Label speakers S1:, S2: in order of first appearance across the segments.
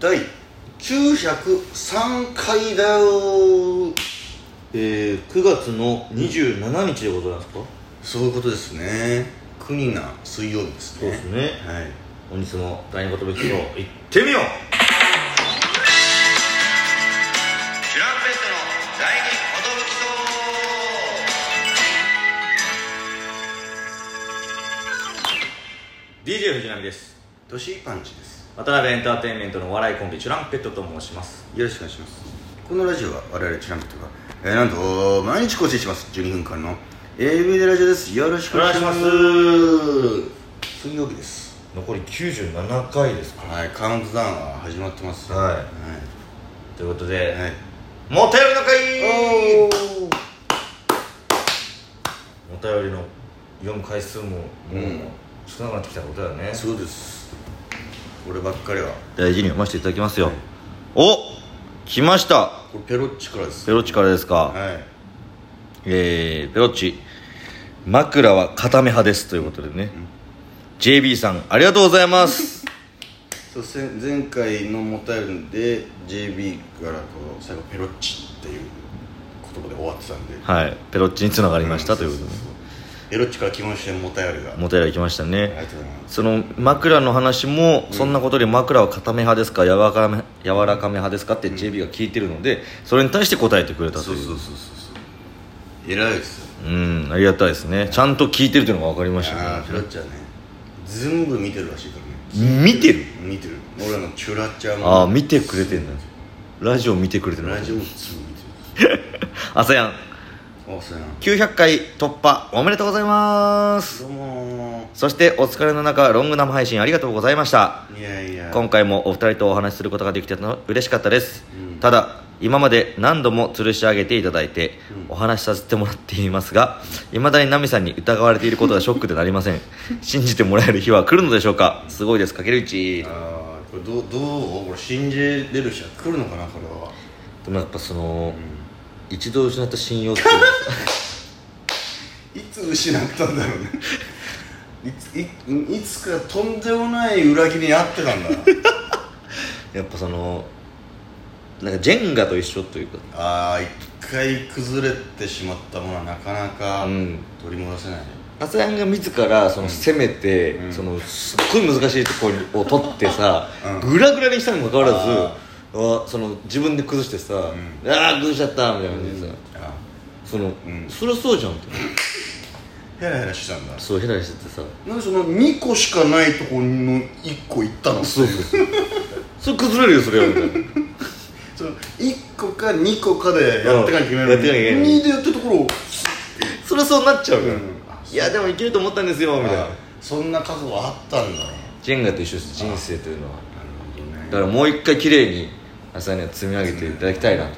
S1: 第903回だよ
S2: えー、9月の27日でございますか、
S1: そういうことですね国な水曜日です
S2: そう
S1: ね
S2: ですね
S1: はい
S2: 本日も第二言武器を行ってみ
S1: チュランペットの
S2: よう
S1: 第二
S2: DJ 藤波です
S1: 寿としパンチです
S2: 渡辺エンターテインメントのお笑いコンビチュランペットと申します
S1: よろしくお願いしますこのラジオは我々チュランペットが、えー、なんと毎日更新します12分間の AV でラジオですよろしくお願いします
S2: お願
S1: 水曜日です
S2: 残り97回ですか
S1: はいカウントダウンは始まってます
S2: はい
S1: い
S2: ということで、
S1: はい
S2: もたよりの会
S1: おー
S2: もたよりの読む回数ももう
S1: うん
S2: 少なくなってきたことだよね、
S1: そうです俺ばっかりは
S2: 大事に読ませていただきますよ、お来ました
S1: これペロッチからです
S2: ペロッチからですか、
S1: はい
S2: えーペロッチ枕は固め派ですということでね JB さんありがとうございます
S1: そうせん前回のもたよりで JB からこう最後ペロッチっていう言葉で終わってたんで
S2: はいペロッチにつながりましたということ
S1: ん
S2: で
S1: そそそうペロッチから基本してもたよりがあり
S2: モテられきましたね、
S1: がとうございます
S2: その枕の話もそんなことで枕は固め派ですか柔らかめ柔らかめ派ですかって JB が聞いてるのでそれに対して答えてくれたと
S1: そう
S2: いう
S1: そうそうそうそう偉いですよ
S2: うんありがたいですねちゃんと聞いてるというのが分かりました
S1: ああペロ
S2: ね
S1: ッチはね全部見てるらしいからね
S2: 見てる
S1: 見てる俺らのチュラッチャー
S2: ああ見てくれてんだラジオ見てくれてるの
S1: ラジオもすぐ見て
S2: あさやん
S1: るあそうやな
S2: 900回突破おめでとうございます
S1: どうも
S2: そしてお疲れの中ロング生配信ありがとうございました
S1: ーいやいや
S2: 今回もお二人とお話しすることができての嬉しかったです、
S1: うん
S2: ただ今まで何度も吊るし上げていただいて、
S1: うん
S2: お話しさせてもらっていますがいまだに奈美さんに疑われていることが ショックでなりません信じてもらえる日は来るのでしょうかすごいですかけるうち
S1: あーこれどうどうこれ信じれる人は来るのかなこれは
S2: でもやっぱその、一度失った信用って
S1: いつ失ったんだろうね いついいつかとんでもない裏切りにあってたんだ
S2: やっぱそのなんかジェンガと一緒というか
S1: ああ一回崩れてしまったものはなかなか
S2: うん
S1: 取り戻せない、
S2: 浅井が自らその攻めて、
S1: うん
S2: そのすっごい難しいところを取ってさ、
S1: うん
S2: グラグラにしたにもかかわらず
S1: あ
S2: あその自分で崩してさ、
S1: ん
S2: ああ崩しちゃったみたいな感じでさ、
S1: あ
S2: その、
S1: ん
S2: そりゃそうじゃんって
S1: ーヘラヘラしてたんだ
S2: そうヘラヘラしててさ
S1: なんでその2個しかないとこの1個行ったの
S2: そうそうそうそれ崩れるよそれはみたいな
S1: その1個か2個かでやってかなきゃいけないの
S2: うんやってかなきゃいけない
S1: 2でやったところを
S2: そりゃそうなっちゃうから、
S1: うん
S2: いやでもいけると思ったんですよみたい
S1: あ
S2: な
S1: ーそんな覚悟あったんだなる
S2: ジェンガと一緒です人生というのは
S1: ほどね
S2: だからもう一回綺麗に浅井には積み上げていただきたいなと、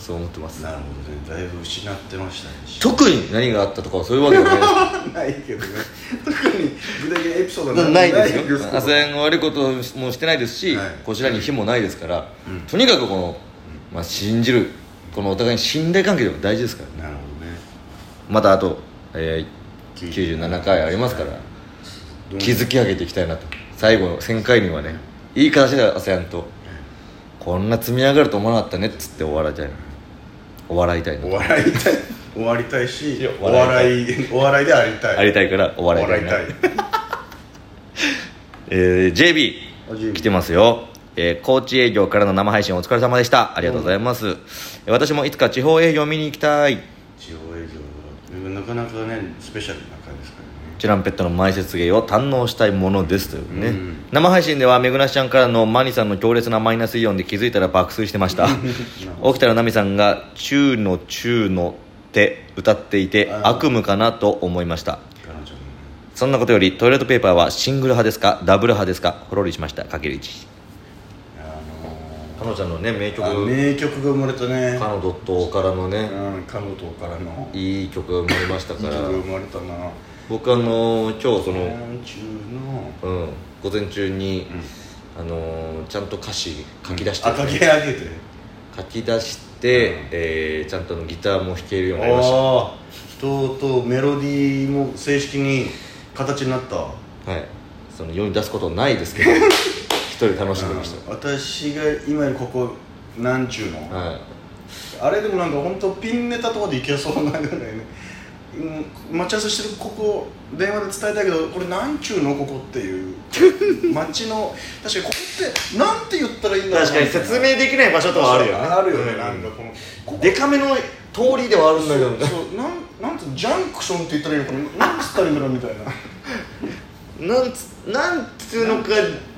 S2: そう思ってます
S1: なるほどねだいぶ失ってま したね
S2: 特に何があったとかはそういうわけではない
S1: な
S2: です
S1: いけどね特に具 体的なエピソードは
S2: ないですよ
S1: けど
S2: 朝鮮が悪いこともしてないですし、
S1: はい
S2: こちらに非もないですから、
S1: うん
S2: とにかくこの、まあ、信じるこのお互いに信頼関係でも大事ですからね
S1: なるほどね
S2: またあと、えー97回ありますから
S1: どうも
S2: 築き上げていきたいなと最後の1000回にはねいい形で朝鮮とこんな積み上がると思わなかったねっつって終わらたいな終わらいたいな
S1: お笑いたい終わりたいしお
S2: お笑
S1: 笑いお笑いでありたい
S2: ありたいから終
S1: お
S2: わらいたいな
S1: 笑いたい
S2: えー JB
S1: あ JB
S2: 来てますよ、えー高知営業からの生配信お疲れ様でしたありがとうございます、えー私もいつか地方営業見に行きたい
S1: 地方営業はなかなかねスペシャルな感じですからね
S2: チュランペットの前説芸を堪能したいものですというね、
S1: うん
S2: 生配信ではめぐなしちゃんからのマニさんの強烈なマイナスイオンで気づいたら爆睡してました 起きたらナミさんが「チューのチューの」って歌っていて
S1: あー
S2: 悪夢かなと思いました
S1: 彼女もね
S2: そんなことよりトイレットペーパーはシングル派ですかダブル派ですかほろりしましたかける1
S1: あ
S2: 彼女のね名
S1: のーあ名曲が生まれたね
S2: 彼女とからのね、
S1: うん彼女からのいい
S2: いい曲が生まれましたか
S1: 曲
S2: ら
S1: が生まれたな
S2: 僕あの今日そ
S1: な
S2: の、
S1: んちゅうの
S2: うん、午前中に、あのちゃんと歌詞書き出して、
S1: あ書き上げて
S2: 書き出して、
S1: うん
S2: えーちゃんとあのギターも弾けるようになりまし
S1: ああとうとうメロディーも正式に形になった
S2: たはいその世に出すことないですけど一人で楽しんでました
S1: 私が今いるここなんちゅうの、
S2: はい
S1: あれでもなんか本当ピンネタとかでいけそうなぐらいね、うん、待ち合わせしてるここ電話で伝えたいけどこれなんちゅうのここって いう街の確かにここってなんて言ったらいいんだろう
S2: 確かに説明できない場所とはあるよね
S1: あるよね、
S2: うん
S1: なんかこのここ
S2: デカめの通りではあるんだけど
S1: そうそうなんなんてジャンクションって言ったらいいのかななんつったらいいんだろうみたいな
S2: なんつなんつうのか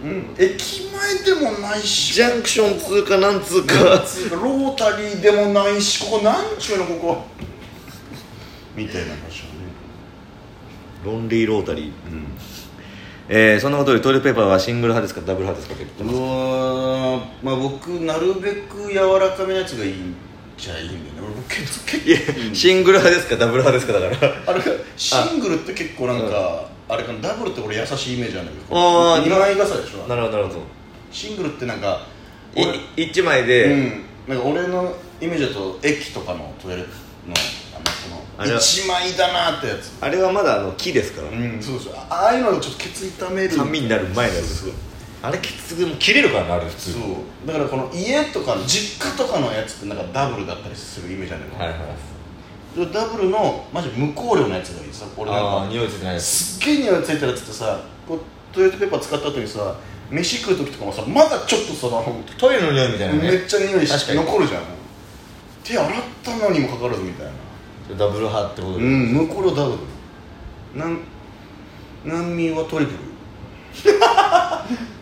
S1: うん駅前でもないし
S2: ジャンクション通かなんつうか
S1: ロータリーでもないしここなんちゅうのここみたいな場所ね
S2: ロンリーロータリー、
S1: うん
S2: えー、そんなことよりトイレットペーパーはシングル派ですかダブル派ですか結
S1: う
S2: 構
S1: わーまあ僕なるべく柔らかめのやつがいいんじゃいいんだよね俺僕結
S2: いや
S1: 構結構
S2: シングル派ですかダブル派ですかだ か
S1: あ
S2: ら
S1: れシングルって結構なんかあれかなダブルって俺優しいイメージなんだけど
S2: あー
S1: 2枚重ねでしょ
S2: なるほどなるほど
S1: シングルってなんか俺
S2: い一枚
S1: う
S2: で、
S1: んなんか俺のイメージだと駅とかのトイレのあのそ
S2: あれ
S1: の
S2: は
S1: 1枚だなってやつ
S2: あれはまだあの木ですから、
S1: うんそうそうあああいうのがちょっとケツ痛める
S2: 酸味になる前のやつ
S1: そうそう
S2: あれ結局もう切れるからなあれ普通
S1: そうだからこの家とかの実家とかのやつってなんかダブルだったりするイメージあるの、
S2: はいはい
S1: でダブルのマジ無香料のやつがいいさ俺
S2: あ
S1: な
S2: あ
S1: んか
S2: 匂いついてないです
S1: すっげえ匂いついてるやつってさこうトイレットペーパー使った後にさ飯食う時とかもさまだちょっとその
S2: トイレの匂いみたいな
S1: め
S2: ね
S1: っちゃ匂い
S2: 確
S1: し
S2: かに
S1: 残るじゃん手洗ったのにもかかわらずみたいな
S2: ダブル派ってこと
S1: う
S2: で、
S1: ん無香料ダブルなん難民はトリプル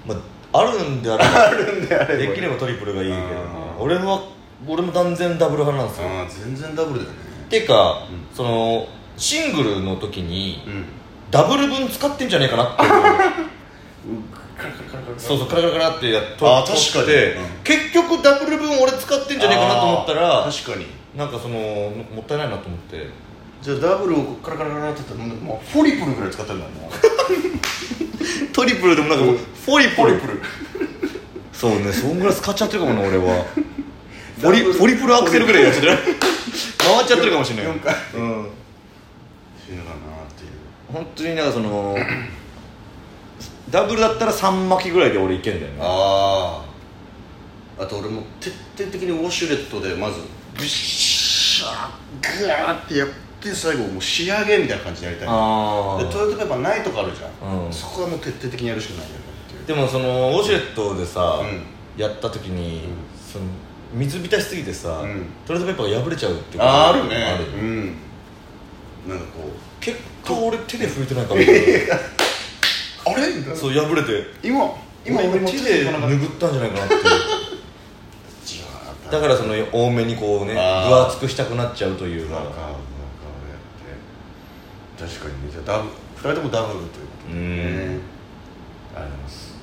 S2: まあ、あるんであれば
S1: あるんであ
S2: で
S1: で
S2: き
S1: き
S2: れ
S1: れば
S2: ばトリプルがいいけどね
S1: あー
S2: 俺は俺も断然ダブル派なんですよ
S1: ああ全然ダブルだよね
S2: ていうか、
S1: う
S2: そのシングルの時に
S1: うん
S2: ダブル分使ってんじゃねえか なっていう
S1: カラカラカラカラ
S2: そうそうカラカラカラってやっ
S1: あー
S2: 取
S1: 確かに
S2: 取って
S1: うん
S2: 結局ダブル分俺使ってんじゃねえかなと思った
S1: あ
S2: ら
S1: ー確かに
S2: なんかそのもったいないなと思って
S1: じゃあダブルをカラカラカラってやったらもうフォリプルぐらい使ってるんだもん
S2: トリプルでもなんかもう
S1: うん
S2: フォリ
S1: フ
S2: プ
S1: ォ
S2: ル
S1: リプル
S2: そうねそんぐらい使っちゃってるかも な俺はフ
S1: ダ
S2: ォ
S1: ブ
S2: リ
S1: ル
S2: フォリプルアクセルぐらいやっちゃってる 回っちゃってるかもしれない
S1: 四回
S2: うん
S1: 死ぬかなっていう
S2: 本当になんかそのダブルだったら3巻きぐらいで俺いけんだよね
S1: あああと俺も徹底的にウォシュレットでまずグシャーグワーってやって最後もう仕上げみたいな感じでやりたいで
S2: あー
S1: トイレットペーパーないとかあるじゃん、
S2: うん
S1: そこはもう徹底的にやるしかないよねっていう
S2: でもそのウォシュレットでさ、
S1: う
S2: やった時に、
S1: うん
S2: その水浸しすぎてさ、
S1: うん
S2: トイレットペーパーが破れちゃうってこと
S1: あーあるね
S2: ある
S1: うんなんかこう
S2: 結果俺手で拭いてないから
S1: あれみたいな
S2: そう破れて
S1: 今今俺も
S2: 手で拭ったんじゃないかな っていうだからその多めにこうね
S1: あー
S2: 分厚くしたくなっちゃうという
S1: なんかなんか
S2: か
S1: やって確かにねじゃあダブ2人ともダブルということでねありがとうございます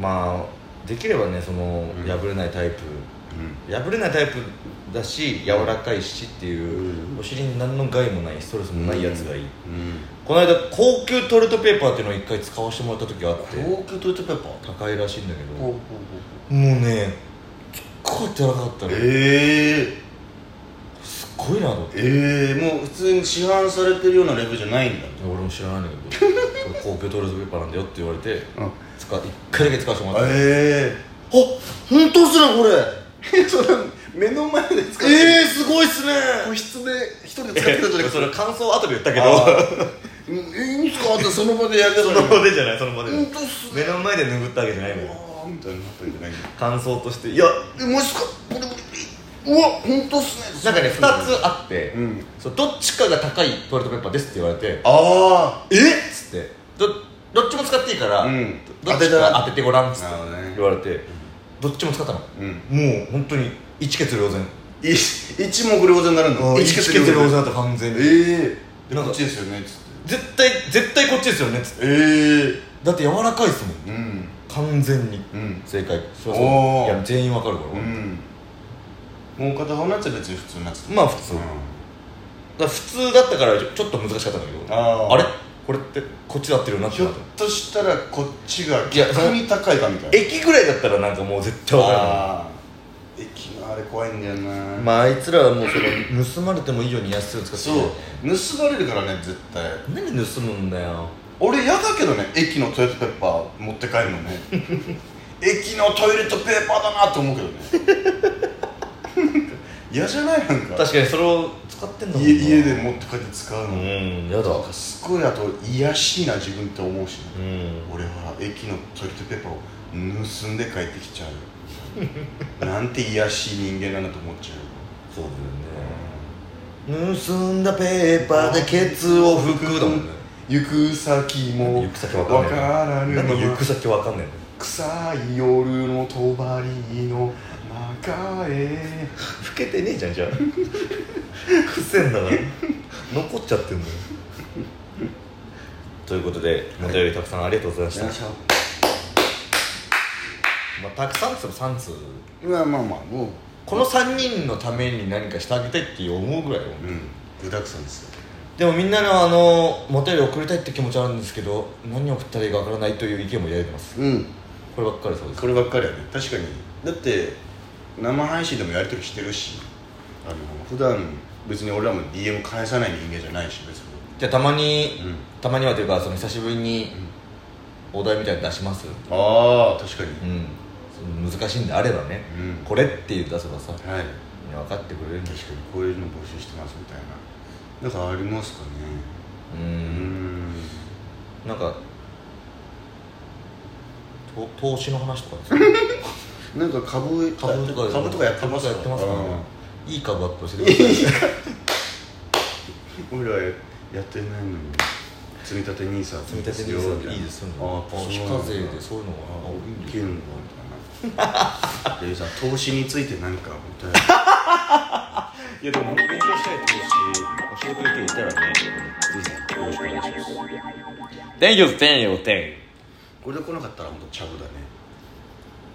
S2: まあできればねその、
S1: うん
S2: 破れないタイプ破れないタイプだし柔らかいしっていう、
S1: うん
S2: お尻に何の害もないストレスもないやつがいい、
S1: う
S2: この間高級トイレットペーパーっていうのを一回使わせてもらった時があって
S1: ん高級トイレットペーパー
S2: 高いらしいんだけど
S1: ほうほう
S2: も
S1: ほ
S2: うねすっごい柔らかかった
S1: うほうえ
S2: の、
S1: え
S2: すっごいなと思って
S1: ええもう普通に市販されてるようなレベルじゃないん だ
S2: 俺も知らないんだけ どこれ高級トイレットペーパーなんだよって言われて
S1: うん
S2: 使一回だけ使わせてもらったあ
S1: え
S2: 本当っすねこれ
S1: えそれ目の前で使って
S2: え
S1: る
S2: ー、すごいっすね
S1: 個室で一人で使ってたじゃなくて
S2: それ感想後で言ったけど
S1: あーうんいいんすかってその場でやりた
S2: そ
S1: か
S2: の場でじゃないその場で
S1: 本当っすね
S2: 目の前で拭ったわけじゃないもん
S1: あーみたいになったんじゃないんだ
S2: 感想としていや
S1: えマジっすかこれこれうわ本当っすね
S2: なんかね2つあって、
S1: うん
S2: そうどっちかが高いトイレットペーパーですって言われて
S1: あ
S2: えっつってどどっちも使っていいから、
S1: うん
S2: どどっちか当ててごらんっつって
S1: なるほどね
S2: 言われて、どっちも使ったの、
S1: うん
S2: もう本当に一血両然
S1: あ一一目瞭然になるんだ
S2: 一血両然だった完全に、
S1: ええ
S2: なんか
S1: こっちですよねっつって
S2: 絶対絶対こっちですよねっつって
S1: え
S2: だって柔らかいっすもん
S1: えうん
S2: 完全に、
S1: うん
S2: 正解すいま
S1: お
S2: せん
S1: ー
S2: いや全員わかるから、
S1: うんもう片方のやつは別に普通のやつ
S2: まあ普通、
S1: うん
S2: だから普通だったからちょちょっと難しかったんだけど
S1: あー
S2: れこれってこっちで合ってるよなって
S1: ひ
S2: な
S1: ょ
S2: っ
S1: ったとしたらこっちが
S2: いやその
S1: 逆に高いかみたいな
S2: 駅ぐらいだったらなんかもう絶対わからない
S1: あー駅のあれ怖いんだよな
S2: まああいつらはもうその盗まれてもいいように安いを使って
S1: そう盗まれるからね絶対
S2: 何盗むんだよ
S1: 俺嫌だけどね駅のトイレットペーパー持って帰るの ね駅のトイレットペーパーだなと思うけどね なんか嫌じゃないなんか
S2: 確かにそれを使ってんだもんな
S1: 家家で持って帰って使う
S2: う
S1: の、
S2: んやだ
S1: なんかすごいあと癒やしいな自分って思うしね、
S2: うん
S1: 俺は駅のトイレットペーパーを盗んで帰ってきちゃ うなんて癒やしい人間なんだと思っちゃう
S2: そうだよね盗んだペーパーでケツを拭くだもんね
S1: 行く先も
S2: 行く先わかん
S1: わ
S2: ねえ
S1: からぬ
S2: なんか
S1: まま
S2: 行く先わかんね
S1: 臭い夜の帳の中へ
S2: えの老けてねえじゃ んじゃあくせんだから残っちゃってんだよということでお便りたくさんありがとうございました、まあ、たくさんっつっても3通
S1: まあまあまあもう
S2: この3人のために何かしてあげたいって思うぐらいよ
S1: うん具だくさんですよ
S2: でもみんなのあのモテる送りたいって気持ちはあるんですけど何を送ったらいいかわからないという意見もいただいてます
S1: うん
S2: こればっかりそうです
S1: こればっかりはね確かにだって生配信でもやり取りしてるしあの普段別に俺らも DM 返さない人間じゃないし別に
S2: じゃあたまに、
S1: うん
S2: たまにはというかその久しぶりにお題みたいなの出します
S1: ああ確かに
S2: うんその難しいんであればね、
S1: うん
S2: これっていう出せばさ
S1: はい
S2: 分かってくれるんで
S1: 確
S2: し
S1: かにこういうの募集してますみたいななんかありますかね
S2: ょう
S1: うんん
S2: なんかと投資の話とかです ね
S1: なんか株
S2: 株とか
S1: 株とかやってます
S2: 株とかやってますからね
S1: うん
S2: いい株アップしてください
S1: 俺らやってないのに積み立て NISA
S2: 積み立て NISA でいいですよね
S1: ああ
S2: 非課税でそういうの
S1: あ
S2: が多いん
S1: い
S2: です
S1: け
S2: よ
S1: るのか なでさ投資について何か答えいやでも本当勉強したい投資教えてくれていたらねぜひよろしくお願いします
S2: Thank you, thank you, thank you.
S1: これで来なかったら本当チャブだね